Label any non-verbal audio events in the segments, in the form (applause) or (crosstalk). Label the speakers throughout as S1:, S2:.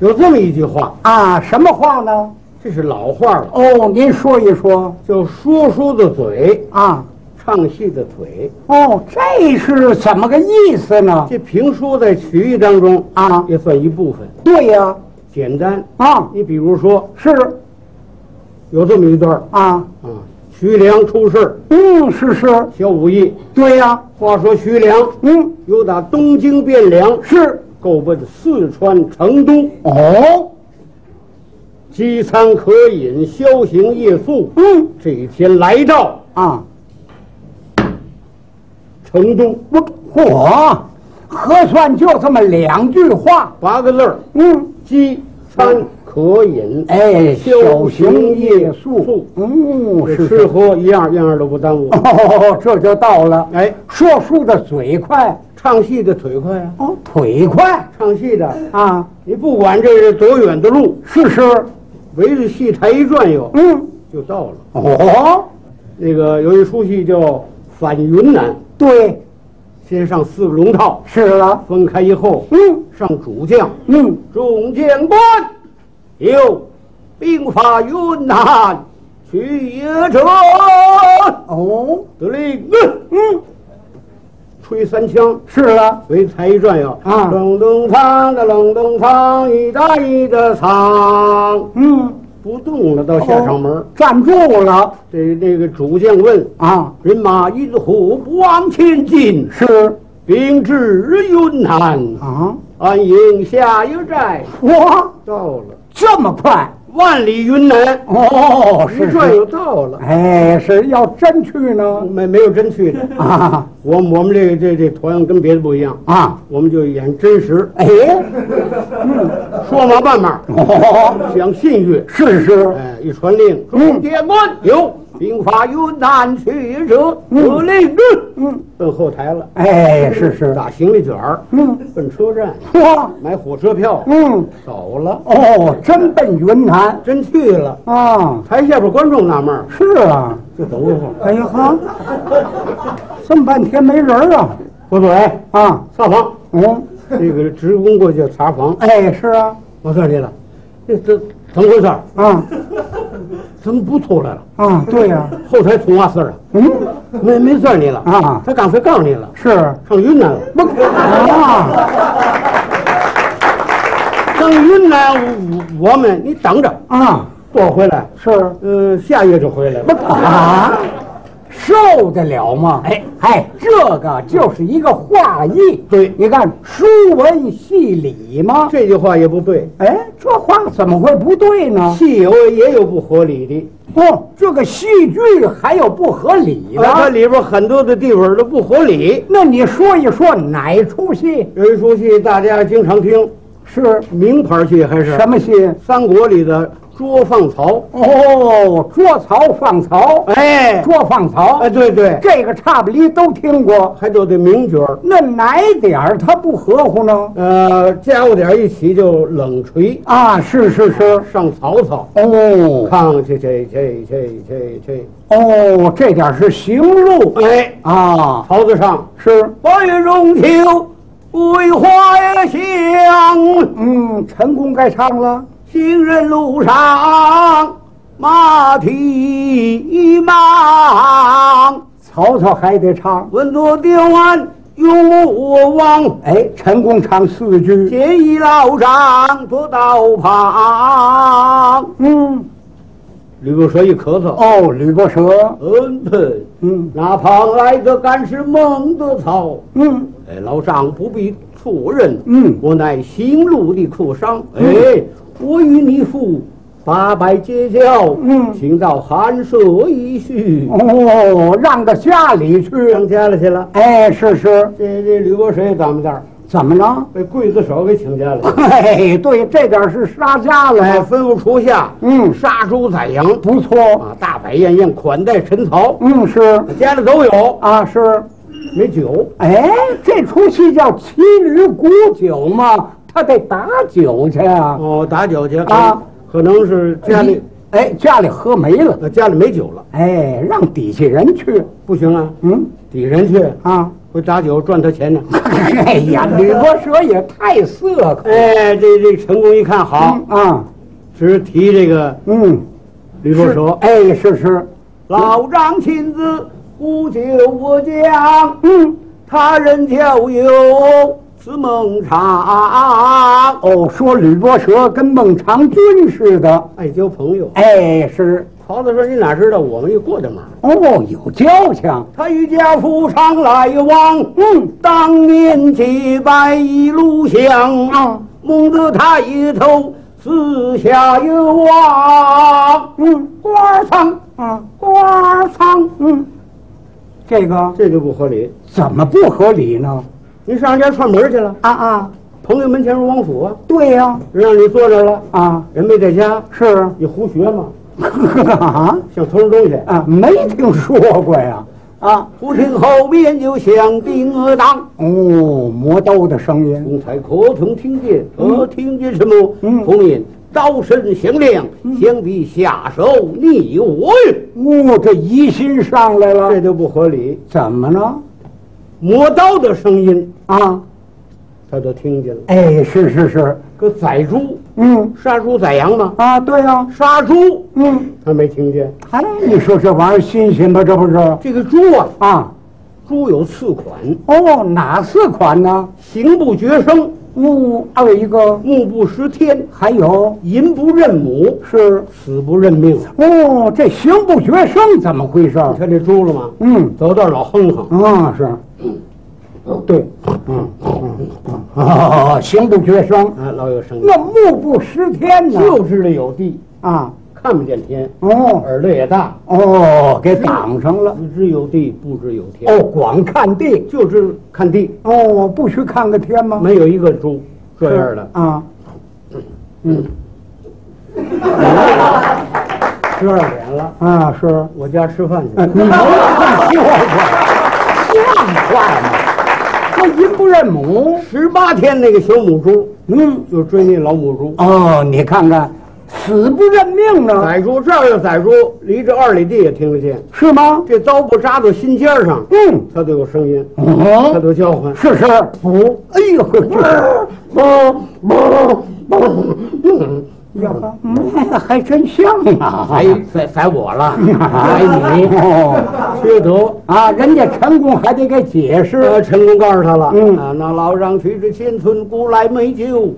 S1: 有这么一句话
S2: 啊，什么话呢？
S1: 这是老话了，
S2: 哦，您说一说
S1: 叫说书的嘴，
S2: 啊。
S1: 唱戏的腿。
S2: 哦，这是怎么个意思呢？
S1: 这评说在曲艺当中
S2: 啊
S1: 也算一部分。
S2: 对呀、
S1: 简单，
S2: 啊，
S1: 你比如说
S2: 是
S1: 有这么一段儿
S2: 啊，
S1: 啊，徐良出事儿，
S2: 嗯，是是，
S1: 小武艺。
S2: 对呀、
S1: 话说徐良
S2: 嗯，
S1: 由打东京汴梁，
S2: 是
S1: 够奔四川成都，
S2: 哦，
S1: 饥餐渴饮，宵行夜宿。
S2: 嗯
S1: 这一天来到
S2: 啊，
S1: 成都，
S2: 我嚯，合算就这么两句话，
S1: 八个字儿：
S2: 嗯，
S1: 饥餐渴饮。
S2: 哎，
S1: 小
S2: 小
S1: 行
S2: 行
S1: 夜
S2: 夜
S1: 宿哎
S2: 宿，嗯，
S1: 这
S2: 是
S1: 吃
S2: 是，
S1: 喝一样样都不耽误。
S2: 哦，这就到了。
S1: 哎，
S2: 说书的嘴快，
S1: 唱戏的腿快啊，
S2: 哦，腿快
S1: 唱戏的，
S2: 啊，
S1: 你不管这是多远的路，
S2: 是是，
S1: 围着戏台一转悠
S2: 嗯，
S1: 就到了。
S2: 哦，
S1: 那个有一出戏叫《反云南》，
S2: 对，
S1: 先上四个龙套，
S2: 是了，
S1: 分开以后
S2: 嗯
S1: 上主将，
S2: 嗯。
S1: 众将官有兵发云南去也者，
S2: 哦，
S1: 得令嗯
S2: 嗯，
S1: 吹三枪。
S2: 是了，
S1: 围台一转悠
S2: 啊
S1: 隆咚锵的隆咚锵，一哒一的锵，
S2: 嗯，
S1: 不动了，到下场门。
S2: 哦站住了
S1: 这这个主将问：
S2: 啊，
S1: 人马因虎不往前进，
S2: 是
S1: 兵至云南，
S2: 啊，
S1: 安营下一寨。
S2: 哇，
S1: 到了
S2: 这么快，
S1: 万里云南，
S2: 哦，
S1: 一
S2: 是
S1: 转悠
S2: 是，
S1: 到了。
S2: 哎，是要真去呢，
S1: 没没有真去的，
S2: 啊
S1: 我们我们这个这这团跟别的不一样，
S2: 啊，
S1: 我们就演真实，
S2: 哎，
S1: 说嘛办嘛，
S2: 哦，
S1: 讲信誉。
S2: 是是，
S1: 哎，一传令，
S2: 嗯
S1: 铁官有兵发云南去者，
S2: 嗯
S1: 得令
S2: 嗯，
S1: 奔后台了，
S2: 哎，是是，
S1: 打行李卷儿，
S2: 嗯，
S1: 奔车站
S2: 哇，
S1: 买火车票，
S2: 嗯，
S1: 走了，
S2: 哦，真奔云南
S1: 真去了。
S2: 啊，
S1: 台下边观众纳闷儿，
S2: 是啊，
S1: 这等一会儿，
S2: 哎呀哈，这么半天没人儿啊，
S1: 郭主任，
S2: 啊，
S1: 查
S2: (laughs)
S1: 房，
S2: 嗯，
S1: 这个职工过去查房，
S2: 哎，是啊，
S1: 我说你了，这这怎么回事儿？
S2: 啊。
S1: 怎么不出来了？
S2: 啊，对呀、
S1: 后台捅啊事儿啊，
S2: 嗯，
S1: 没没事儿你了
S2: 啊
S1: 他刚才告诉你了，
S2: 是
S1: 上云南了，
S2: 不啊
S1: 上云南我我们你等着，
S2: 啊
S1: 多回来。
S2: 是
S1: 呃，下月就回来了。
S2: 啊，受得了吗？哎哎，这个就是一个画意，
S1: 对
S2: 你看书文戏理嘛。
S1: 这句话也不对，
S2: 哎，这话怎么会不对呢？
S1: 戏有也有不合理的，
S2: 哦，这个戏剧还有不合理
S1: 啊它
S2: 的。
S1: 里边很多的地方都不合理。
S2: 那你说一说哪出戏
S1: 有一出戏大家经常听，
S2: 是
S1: 名牌戏还是
S2: 什么戏？
S1: 三国里的捉放曹？
S2: 哦，捉曹放曹，
S1: 哎，
S2: 捉放曹。
S1: 哎，对对，
S2: 这个差不离都听过。
S1: 还都得名角儿。
S2: 那哪点儿他不合乎呢？
S1: 呃，家伙点儿一起就冷锤
S2: 啊，是是是，
S1: 上曹操，
S2: 哦
S1: 抗去去去去去去，
S2: 哦，这点儿是行路
S1: 哎，
S2: 啊，
S1: 曹子上
S2: 是
S1: 白绒秋，桂花香。
S2: 嗯，陈宫该唱了，
S1: 行人路上马蹄忙，
S2: 曹操还得唱。
S1: 问作丢安永无忘。
S2: 哎，陈宫唱四句，
S1: 见一老丈不道旁。
S2: 嗯，
S1: 吕布说一咳嗽，
S2: 哦，吕伯奢，
S1: 嗯哼，
S2: 嗯
S1: 那旁来的敢是孟德操？
S2: 嗯
S1: 哎，老丈不必错认，
S2: 嗯
S1: 我乃行路的客商。哎，我与你父八拜结交，
S2: 嗯
S1: 请到寒舍一叙。
S2: 哦，让到家里去。
S1: 上家里去了。
S2: 哎，是是，
S1: 这这吕国水咱们这儿
S2: 怎么了？
S1: 被刽子手给请家
S2: 哦
S1: 里，
S2: 嘿，对，这点儿是杀家
S1: 哎，
S2: 了，
S1: 吩咐厨下，
S2: 嗯
S1: 杀猪宰羊
S2: 不错，
S1: 啊，大摆宴宴款待陈曹，
S2: 嗯是。
S1: 家里都有，
S2: 啊，是，
S1: 没酒，
S2: 哎，这出戏叫《骑驴鼓酒》嘛，他得打酒去啊。
S1: 哦，打酒去
S2: 啊，
S1: 可能是家里
S2: 哎，家里喝没了，
S1: 呃家里没酒了，
S2: 哎，让底下人去。
S1: 不行啊，
S2: 嗯
S1: 底人去
S2: 啊，
S1: 我打酒赚他钱呢。
S2: 哎呀，吕伯奢也太色可
S1: 哎，这这成功一看好，
S2: 啊，
S1: 只提这个
S2: 嗯，
S1: 吕伯
S2: 是
S1: 奢，
S2: 哎，是是，
S1: 老丈亲自无酒不讲，
S2: 嗯，
S1: 他人调有此孟尝，
S2: 哦，说吕伯奢跟孟尝君似的，
S1: 爱交朋友。
S2: 哎，是，
S1: 曹操说：“你哪知道我们也过得忙？
S2: 哦，有交情，
S1: 他与家父常来往，嗯，当年结拜一路香
S2: 啊，
S1: 蒙得他一头四下有望，
S2: 嗯，
S1: 官仓
S2: 啊，
S1: 官仓，
S2: 嗯，这个
S1: 这就不合理。
S2: 怎么不合理呢？
S1: 你上人家串门去了，
S2: 啊啊，
S1: 朋友门前如王府啊，
S2: 对呀、
S1: 人让你坐这儿了，
S2: 啊，
S1: 人没在家，
S2: 是 (laughs)
S1: 你胡学嘛，
S2: 啊
S1: 想偷人东西。
S2: 啊，没听说过呀，啊，
S1: 忽听后面有响叮当，
S2: 哦，磨刀的声音。
S1: 公才可曾听见？可听见什么？
S2: 嗯
S1: 红引刀身响亮，相比下手你我也。
S2: 哦，这疑心上来
S1: 这
S2: 了，
S1: 就不合理，
S2: 怎么了？
S1: 磨刀的声音
S2: 啊，
S1: 他都听见了。
S2: 哎，是是是，
S1: 可宰猪，
S2: 嗯，
S1: 杀猪宰羊嘛，
S2: 啊，对呀、
S1: 杀猪
S2: 嗯，
S1: 他没听见。
S2: 哎，你说这玩意儿新鲜吧？这不是
S1: 这个猪啊，
S2: 啊？
S1: 猪有刺款，
S2: 哦，哪四款呢？
S1: 形不绝声，
S2: 哦，还有一个，
S1: 目不识天，
S2: 还有
S1: 寅不认母，
S2: 是
S1: 死不认命。
S2: 哦，这刑不绝声，怎么回事？
S1: 你看这猪了吗？
S2: 嗯，
S1: 走道老哼哼，
S2: 啊是，对，嗯嗯嗯， (laughs) 啊，刑不绝声，
S1: 啊，老有声音
S2: 那，目不识天呢？
S1: 就知道有地，
S2: 啊，
S1: 看不见天，
S2: 哦
S1: 耳朵也大，
S2: 哦，给挡上了。
S1: 不知有地，不知有天，
S2: 哦，光看地
S1: 就知看地，
S2: 哦，不去看个天吗？
S1: 没有一个猪这样的，
S2: 啊，
S1: 十二点了，
S2: 啊是，呃
S1: 我家吃饭去。
S2: 你没看笑话，像话吗？那人不认母，
S1: 十八天那个小母猪，
S2: 嗯，
S1: 就追那老母猪，
S2: 哦，你看看，死不认命呢，
S1: 宰猪这儿要宰猪，离这二里地也听得见。
S2: 是吗？
S1: 这刀不扎到心尖儿上，
S2: 嗯，
S1: 它都有声音，它
S2: 哦，
S1: 都叫唤。
S2: 是是，不，哎呦，这，哦要不，嗯，还真像啊，
S1: 宰宰我了，
S2: 哎你哦
S1: 缺德。
S2: 啊，人家陈公还得给解释，
S1: 这呃陈公告诉他了，
S2: 嗯
S1: 啊，那老让去这千村古来美酒，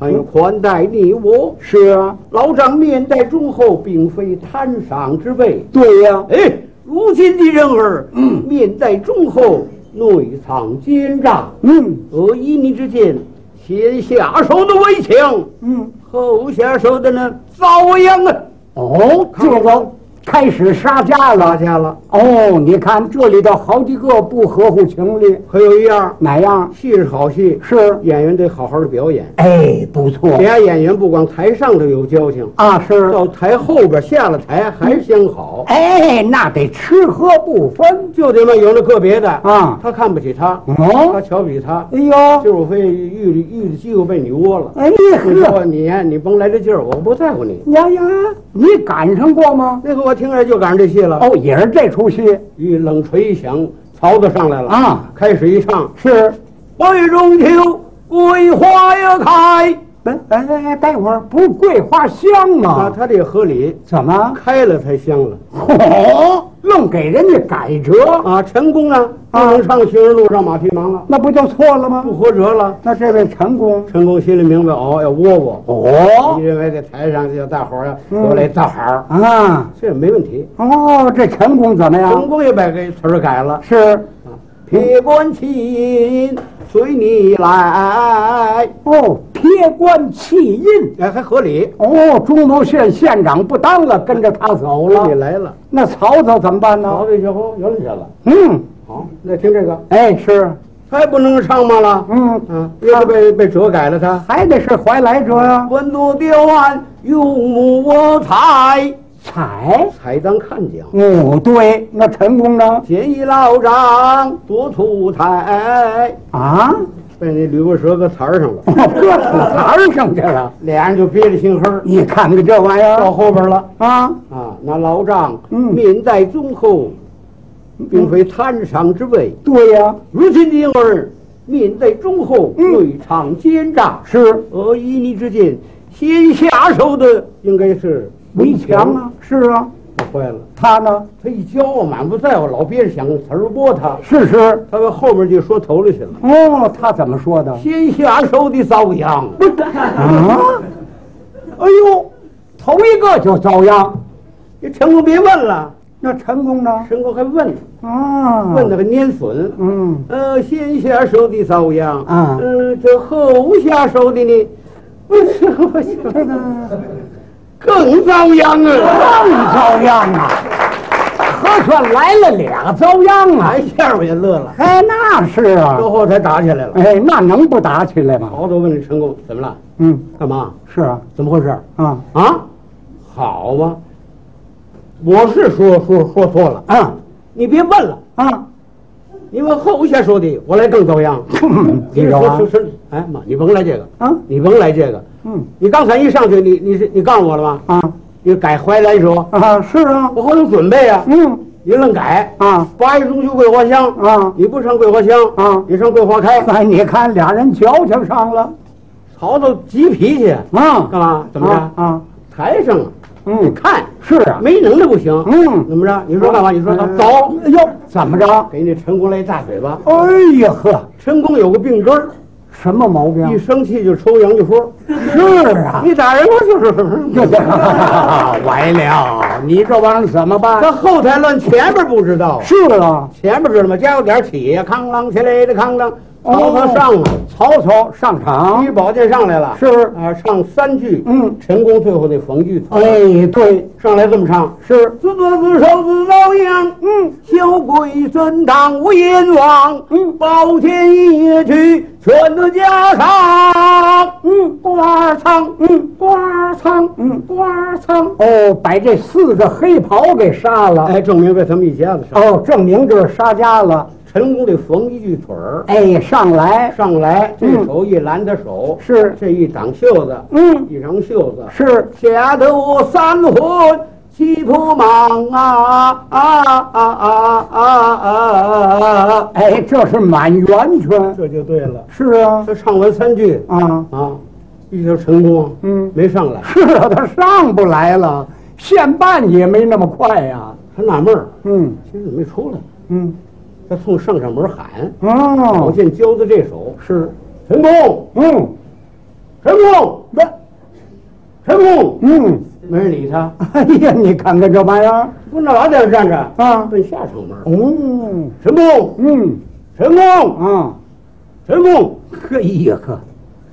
S1: 还有款待你我。
S2: 是啊，
S1: 老丈面带忠厚，并非贪赏之辈。
S2: 对呀、
S1: 哎，如今的人儿，面带忠厚，内藏奸诈。
S2: 嗯
S1: 我依你之见，先下手的为强，
S2: 嗯，
S1: 后下手的呢遭殃啊！
S2: 哦，这个开始杀价
S1: 大
S2: 了。
S1: 家了，
S2: 哦，你看这里头好几个不合乎情理，
S1: 可有一样，
S2: 哪样？
S1: 戏是好戏，
S2: 是，
S1: 演员得好好的表演。
S2: 哎，不错
S1: 俩演员不光台上头有交情，
S2: 啊，是，
S1: 到台后边下了台还相好，
S2: 哎，那得吃喝不分
S1: 就得嘛有那个别的，
S2: 啊。
S1: 他看不起他，他
S2: 哦，
S1: 瞧不起他。
S2: 哎呦，
S1: 就是非玉里玉里机会被你窝了，
S2: 哎
S1: 你说
S2: 呵，
S1: 你呀你甭来这劲儿，我不在乎你。
S2: 呀呀，你赶上过吗？
S1: 那回我听着就赶上这戏了，
S2: 哦，也是这出戏
S1: 一冷锤一响，曹操上来了，
S2: 啊，
S1: 开始一唱
S2: 是。
S1: “杯中酒，桂花呀开
S2: 哎哎哎，待会儿不是桂花香”，
S1: 啊，
S2: 吗？
S1: 他这合理，
S2: 怎么？
S1: 开了才香了
S2: 哦，愣给人家改折，
S1: 啊。陈宫呢，不
S2: 啊
S1: 能唱《行人路上马蹄忙》了，
S2: 那不就错了吗
S1: 不？合辙了。
S2: 那这位陈公，
S1: 陈宫心里明白，哦，要窝窝。
S2: 哦
S1: 你认为在台上叫大伙儿要啊
S2: 嗯
S1: 我来大孩儿，
S2: 啊，
S1: 这没问题。
S2: 哦，这陈公怎么
S1: 陈
S2: 样？
S1: 宫也把这词儿改了。
S2: 是
S1: 铁观琴随你来，
S2: 哦，撇官弃印。
S1: 哎，还合理。
S2: 哦，中牟县县长不当了，跟着他走
S1: 你
S2: 了。
S1: 来了，
S2: 那曹操怎么办
S1: 好
S2: 呢？
S1: 这小伙有理去了。
S2: 嗯，
S1: 好，那听这个，
S2: 哎，是，
S1: 还不能唱吗了？
S2: 嗯，
S1: 啊，也是被被折改了他。
S2: 还得是怀来者呀。
S1: 官渡雕鞍，用母我采，
S2: 采，
S1: 采当看讲。
S2: 哦，对，那陈公呢？
S1: 见一老张多土台，
S2: 啊，
S1: 被那吕布蛇搁词儿上了，
S2: 哦搁土堂上去了。
S1: 俩人就憋着心黑儿
S2: 你看看这玩意
S1: 到
S2: 儿
S1: 后边了。
S2: 啊，
S1: 啊，那老丈
S2: 嗯
S1: 面带忠厚，并非贪赏之辈。
S2: 对呀、
S1: 如今的婴儿，面对忠厚，
S2: 嗯
S1: 对抗奸诈，
S2: 是
S1: 而依你之见，先下手的应该是
S2: 围墙啊，，是啊，
S1: 打坏了。
S2: 他呢？
S1: 他一骄傲，满不在乎，老别人想词儿拨他，
S2: 是是。
S1: 他往后面就说头里去了。
S2: 哦，他怎么说的？
S1: 先下手的遭殃，
S2: 啊？哎呦，头一个就遭殃。
S1: 这陈功别问了，
S2: 那陈功呢？
S1: 陈功还问，
S2: 啊，
S1: 问的个蔫损。
S2: 嗯，
S1: 呃，先下手的遭殃，
S2: 啊
S1: 呃，这后下手的呢， (laughs) 不是不是，更遭殃啊！
S2: 更遭殃啊！何全来了俩遭殃啊！
S1: 哎，下我也乐了，
S2: 哎，那是啊。
S1: 到后才打起来了。
S2: 哎，那能不打起来吗？
S1: 敖德问陈功怎么了？
S2: 嗯，
S1: 干嘛？
S2: 是啊，
S1: 怎么回事？
S2: 啊，
S1: 啊，好吗？我是说说说错了，
S2: 啊，
S1: 你别问了，
S2: 啊，
S1: 你往后下说的，我来更遭殃。
S2: 你
S1: 你
S2: 说啊
S1: 说，是是，哎妈，你甭来这个
S2: 啊
S1: 你甭来这个。
S2: 嗯，
S1: 你刚才一上去，你你是你告诉我了吗？
S2: 啊，
S1: 你改怀来说，
S2: 啊，是啊，
S1: 我后头准备啊，
S2: 嗯，
S1: 你愣改。
S2: 啊，
S1: 八月中秋桂花香
S2: 啊
S1: 你不上桂花香
S2: 啊
S1: 你上桂花开。
S2: 哎，你看俩人瞧瞧上了，
S1: 曹操急脾气，
S2: 啊，
S1: 干嘛？怎么
S2: 啊
S1: 着？
S2: 啊，
S1: 台上啊，你
S2: 嗯，
S1: 看
S2: 是啊，
S1: 没能耐不行。
S2: 嗯
S1: 怎么着？你说干嘛？你说
S2: 嗯
S1: 走，
S2: 哟，怎么着？
S1: 给那陈宫来一大嘴巴。
S2: 哎呀呵，
S1: 陈宫有个病根儿，
S2: 什么毛病
S1: 一？生气就抽杨就说
S2: 是：“啊，
S1: 你打人我就是什么什
S2: 这
S1: 么。
S2: 这 (laughs) 完了，你这玩意儿怎么”办？
S1: 他后台乱，前边不知道，
S2: 是啊，
S1: 前边知道吗？加油点起呀，哐啷起来的哐啷，曹
S2: 哦
S1: 操上啊了，
S2: 曹操上场
S1: 于，宝剑上来了，
S2: 是
S1: 啊，唱三句，
S2: 嗯
S1: 陈宫最后那逢句，
S2: 哎，对，
S1: 上来这么唱：
S2: 是，
S1: 自作自受自遭殃，
S2: 嗯。
S1: 小鬼怎当无阎王，
S2: 嗯
S1: 暴天一夜去，全都家上，嗯，官仓，嗯，官仓，
S2: 嗯
S1: 官仓。
S2: 哦，把这四个黑袍给杀了。
S1: 哎，证明被他们一家子上。
S2: 哦，证明这是杀家了。
S1: 陈宫得缝一句腿儿，
S2: 哎，上来
S1: 上来这
S2: 嗯
S1: 手一拦他手，
S2: 是
S1: 这一挡袖子，
S2: 嗯
S1: 一长袖子，
S2: 是
S1: 下头三魂七魄忙啊啊啊啊啊啊啊！
S2: 哎，这是满圆圈。
S1: 这就对了。
S2: 是啊，
S1: 他唱完三句
S2: 啊，
S1: 啊，一条成功，
S2: 嗯
S1: 没上来，
S2: (laughs) 是啊，他上不来了，现办也没那么快呀、
S1: 他纳闷儿，
S2: 嗯
S1: 今儿怎么没出来？
S2: 嗯，
S1: 他冲上上门喊，宝
S2: 哦，
S1: 剑交的这手，
S2: 是，
S1: 陈功，
S2: 嗯，
S1: 陈功，
S2: 不，
S1: 陈功，
S2: 嗯，
S1: 没人理他，
S2: 哎呀，你看看这玩意儿，
S1: 不知道老在这儿站着
S2: 啊
S1: 奔下场门。
S2: 哦，
S1: 陈功，
S2: 嗯
S1: 陈功，
S2: 啊，
S1: 陈功，
S2: 嘿呀呵，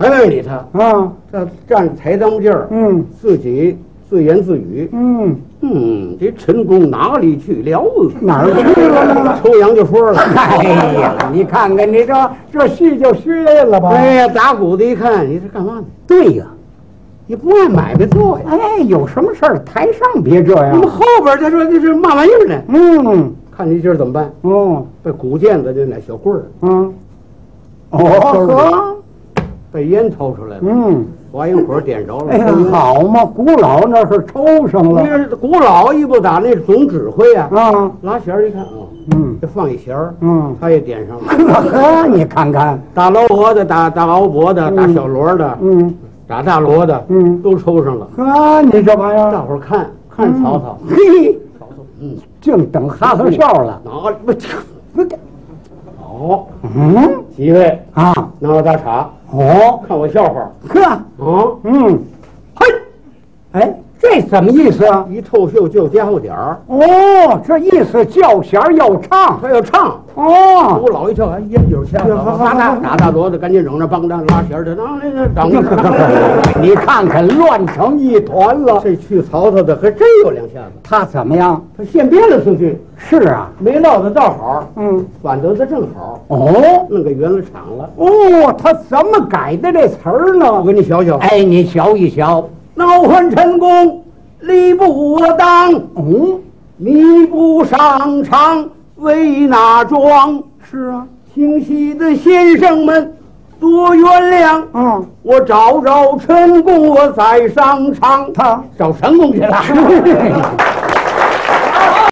S1: 还没人理他，
S2: 啊，
S1: 他站着抬当劲儿，
S2: 嗯
S1: 自己自言自语，
S2: 嗯，
S1: 嗯，这陈功哪里去了？啊
S2: 哪儿去了呢？
S1: 抽羊就说了，
S2: (laughs) 哎呀，你看看你这这戏就虚了吧？
S1: 哎，呀，打鼓的一看，你是干嘛呢？
S2: 对呀，
S1: 你不按买卖做呀？
S2: 哎，有什么事儿台上别这
S1: 那么
S2: 样。
S1: 后边他说这是嘛玩意儿呢？
S2: 嗯，
S1: 看你今儿怎么办？
S2: 哦，
S1: 被鼓毽子这俩小棍儿，
S2: 嗯，哦
S1: 收拾
S2: 呵，
S1: 被烟掏出来了，
S2: 嗯，
S1: 划一火点着了。
S2: 哎呀，好嘛，古老那是抽上
S1: 那
S2: 了
S1: 是古老一不打那是总指挥啊，
S2: 啊，
S1: 拉弦儿一看啊，
S2: 嗯
S1: 这放一弦儿， (laughs)
S2: 嗯，
S1: 他也点上了。
S2: 呵呵，你看看，
S1: 打罗伯的，打打敖伯的，
S2: 嗯
S1: 打小罗的，
S2: 嗯
S1: 打大罗的，
S2: 嗯，
S1: 都抽上了。
S2: 呵，你这玩意
S1: 大
S2: 儿，
S1: 伙儿看
S2: 嗯
S1: 看曹操，
S2: 嘿，
S1: 曹操，嗯，
S2: 净等哈特笑了。
S1: 哪里不？好，
S2: 嗯
S1: 几位
S2: 啊，
S1: 拿我大茶，
S2: 哦，
S1: 看我笑话
S2: 呵，
S1: 啊！
S2: 嗯，
S1: 嘿，
S2: 哎，这怎么意思啊？
S1: 一透袖就加厚点儿，
S2: 哦，这意思叫弦儿要唱
S1: 他要唱，
S2: 哦。
S1: (laughs) 我老一跳，哎，烟酒下
S2: 啊
S1: 了，啪嗒打大骡子，赶紧整着，梆当拉弦儿的，那那那等着。
S2: 你看看，乱成一 (laughs) 团了。
S1: 这去曹操的还真有两下子，
S2: 他怎么样？
S1: 他现编了出去，
S2: 是啊，
S1: 没落得倒好，
S2: 嗯，
S1: 反得他正好，
S2: 哦
S1: 弄个圆了场了。
S2: 哦，他怎么改的这词儿
S1: 我
S2: 呢？
S1: 给你瞧瞧，
S2: 哎，你瞧一瞧，
S1: 闹昏陈宫，理不当，
S2: 嗯，
S1: 你不上场为哪桩？
S2: 是啊，
S1: 听戏的先生们多原谅，
S2: 嗯，
S1: 我找找陈宫，我再上场。
S2: 他
S1: (laughs) 找陈宫去了。